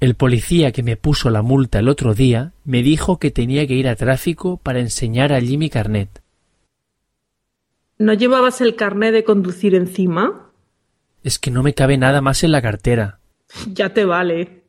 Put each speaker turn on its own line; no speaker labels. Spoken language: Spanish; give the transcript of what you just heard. El policía que me puso la multa el otro día me dijo que tenía que ir a tráfico para enseñar allí mi carnet.
¿No llevabas el carné de conducir encima?
Es que no me cabe nada más en la cartera.
Ya te vale.